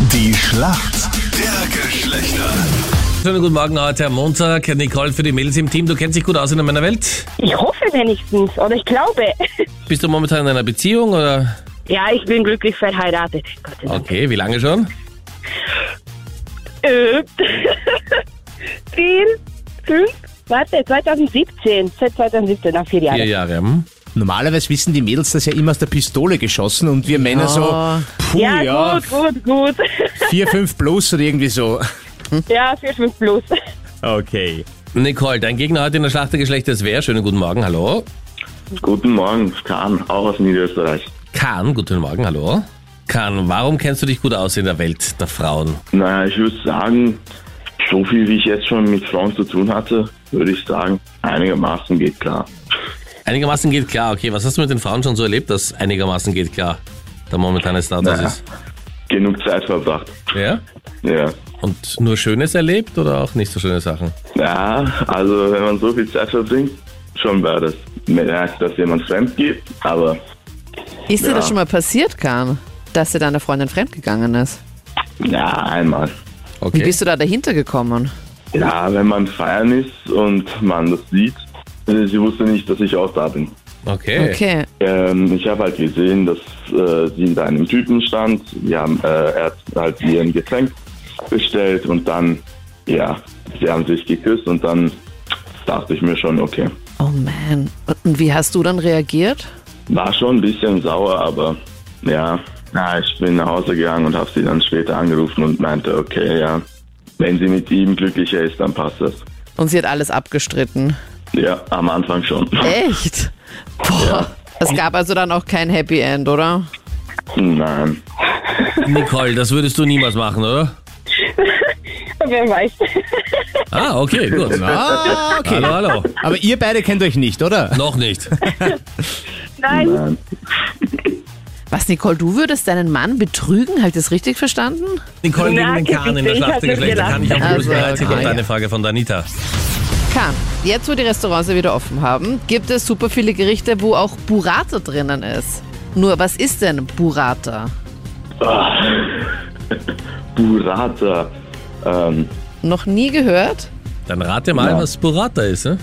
Die Schlacht der Geschlechter. Schönen guten Morgen, heute am Montag. Nicole für die Mädels im Team. Du kennst dich gut aus in meiner Welt. Ich hoffe wenigstens, oder ich glaube. Bist du momentan in einer Beziehung oder? Ja, ich bin glücklich verheiratet. Gott sei Dank. Okay, wie lange schon? Ah. Äh, Zehn, fünf, warte, 2017. Seit 2017, nach vier Jahren. Vier Jahre. Hm? Normalerweise wissen die Mädels das ja immer aus der Pistole geschossen und wir Männer so, puh, ja, ja, gut, gut, gut. vier, fünf plus oder irgendwie so. ja, vier, fünf plus. Okay. Nicole, dein Gegner heute in der Schlacht der Geschlechter ist wer? Schönen guten Morgen, hallo. Guten Morgen, Kahn, auch aus Niederösterreich. Kahn, guten Morgen, hallo. Kahn, warum kennst du dich gut aus in der Welt der Frauen? Naja, ich würde sagen, so viel wie ich jetzt schon mit Frauen zu tun hatte, würde ich sagen, einigermaßen geht klar. Einigermaßen geht klar, okay. Was hast du mit den Frauen schon so erlebt, dass einigermaßen geht klar der momentane Status Naja. ist? Genug Zeit verbracht. Ja? Ja. Und nur Schönes erlebt oder auch nicht so schöne Sachen? Ja, also wenn man so viel Zeit verbringt, schon war das. Man merkt, dass jemand fremd geht, aber Ist dir Ja. das schon mal passiert, Kahn, dass dir deine Freundin fremdgegangen ist? ja, einmal. Wie Okay. bist du da dahinter gekommen? Ja, wenn man feiern ist und man das sieht, äh, sie wusste nicht, dass ich auch da bin. Okay. Okay, Ähm, ich habe halt gesehen, dass äh, sie hinter einem Typen stand. Wir haben, äh, er hat halt ihr ein Getränk bestellt und dann, ja, sie haben sich geküsst und dann dachte ich mir schon, okay. oh man. Und wie hast du dann reagiert? War schon ein bisschen sauer, aber ja, na, ich bin nach Hause gegangen und habe sie dann später angerufen und meinte, okay, ja, wenn sie mit ihm glücklicher ist, dann passt das. Und sie hat alles abgestritten. Ja, am Anfang schon. Echt? Boah. Es gab also dann auch kein Happy End, oder? Nein. Nicole, das würdest du niemals machen, oder? Wer weiß. Ah, okay, gut. Ah, okay. Hallo, hallo. Aber ihr beide kennt euch nicht, oder? Noch nicht. Nein, Nein. Was, Nicole, du würdest deinen Mann betrügen? Halt das richtig verstanden? Nicole gegen Na, den Kahn in der ich Schlacht hab der nicht Geschlechter. Kann ich auch gelacht. bloß Also, also, okay. kommt eine Frage von Danita. Kahn, jetzt wo die Restaurants ja wieder offen haben, gibt es super viele Gerichte, wo auch Burrata drinnen ist. Nur, was ist denn Burrata? Ah. Burrata. Ähm, Noch nie gehört? Dann rate mal, Ja. was Burrata ist. Ne?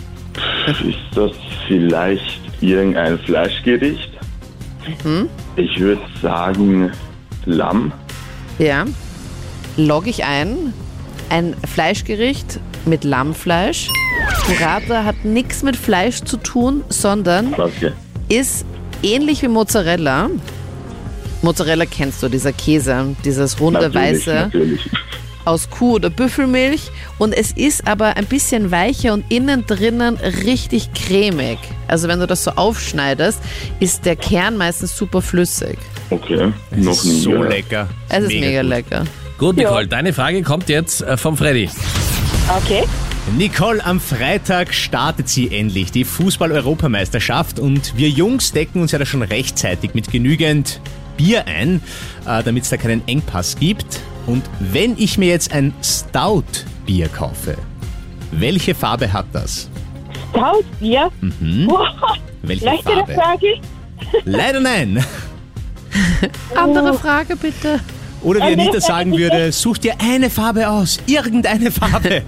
Ist das vielleicht irgendein Fleischgericht? Ich würde sagen Lamm. Ja. Logge ich ein. Ein Fleischgericht mit Lammfleisch. Burrata hat nichts mit Fleisch zu tun, sondern Okay. ist ähnlich wie Mozzarella. Mozzarella kennst du, dieser Käse, dieses runde Natürlich, weiße natürlich. aus Kuh- oder Büffelmilch. Und es ist aber ein bisschen weicher und innen drinnen richtig cremig. Also wenn du das so aufschneidest, ist der Kern meistens super flüssig. Okay, noch nie. So gehört. lecker. Es ist mega gut. lecker. Gut, Ja. Nicole, deine Frage kommt jetzt äh, vom Freddy. okay. Nicole, am Freitag startet sie endlich die Fußball-Europameisterschaft und wir Jungs decken uns ja da schon rechtzeitig mit genügend Bier ein, äh, damit es da keinen Engpass gibt. Und wenn ich mir jetzt ein Stout-Bier kaufe, welche Farbe hat das? Taut ihr? Wow, Welche leichtere Mhm. Farbe? Frage. Leider nein. Andere Frage bitte. Oder wie Anita sagen würde, such dir eine Farbe aus, irgendeine Farbe.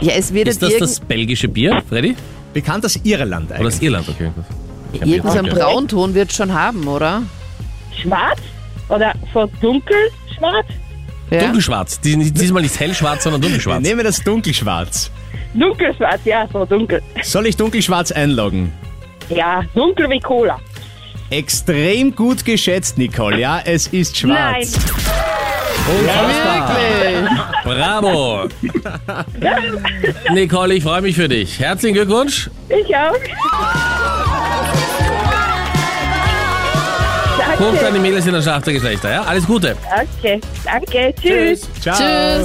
Ja, es wird Ist das das belgische Bier, Freddy? Bekannt aus Irland Oder ist eigentlich. Irland? Okay. irgendein Okay. Braunton wird schon haben, oder? Schwarz? Oder so dunkel schwarz? Ja. Dunkelschwarz. Die- Diesmal nicht hellschwarz, sondern Wir dunkelschwarz. nehmen das dunkelschwarz. Dunkel schwarz, ja, so dunkel. Soll ich dunkelschwarz einloggen? Ja, dunkel wie Cola. Extrem gut geschätzt, Nicole. Ja, es ist schwarz. Unfassbar. Wirklich? Bravo. Nicole, ich freue mich für dich. Herzlichen Glückwunsch. Nein, ich auch. Punkt an Danke, die Mädels in der Schlacht der Geschlechter. Ja? Alles Gute. danke, danke, tschüss. Ciao. Tschüss.